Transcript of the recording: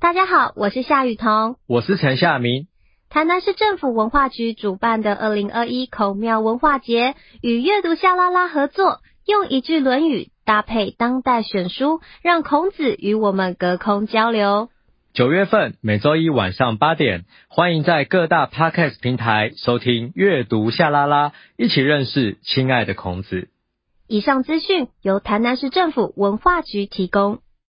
大家好，我是夏雨桐。我是陈夏明，台南市政府文化局主办的二零二一孔庙文化节与阅读夏拉拉合作，用一句《论语》搭配当代选书，让孔子与我们隔空交流。九月份每周一晚上八点，欢迎在各大 podcast 平台收听《阅读夏拉拉》，一起认识亲爱的孔子。以上资讯由台南市政府文化局提供。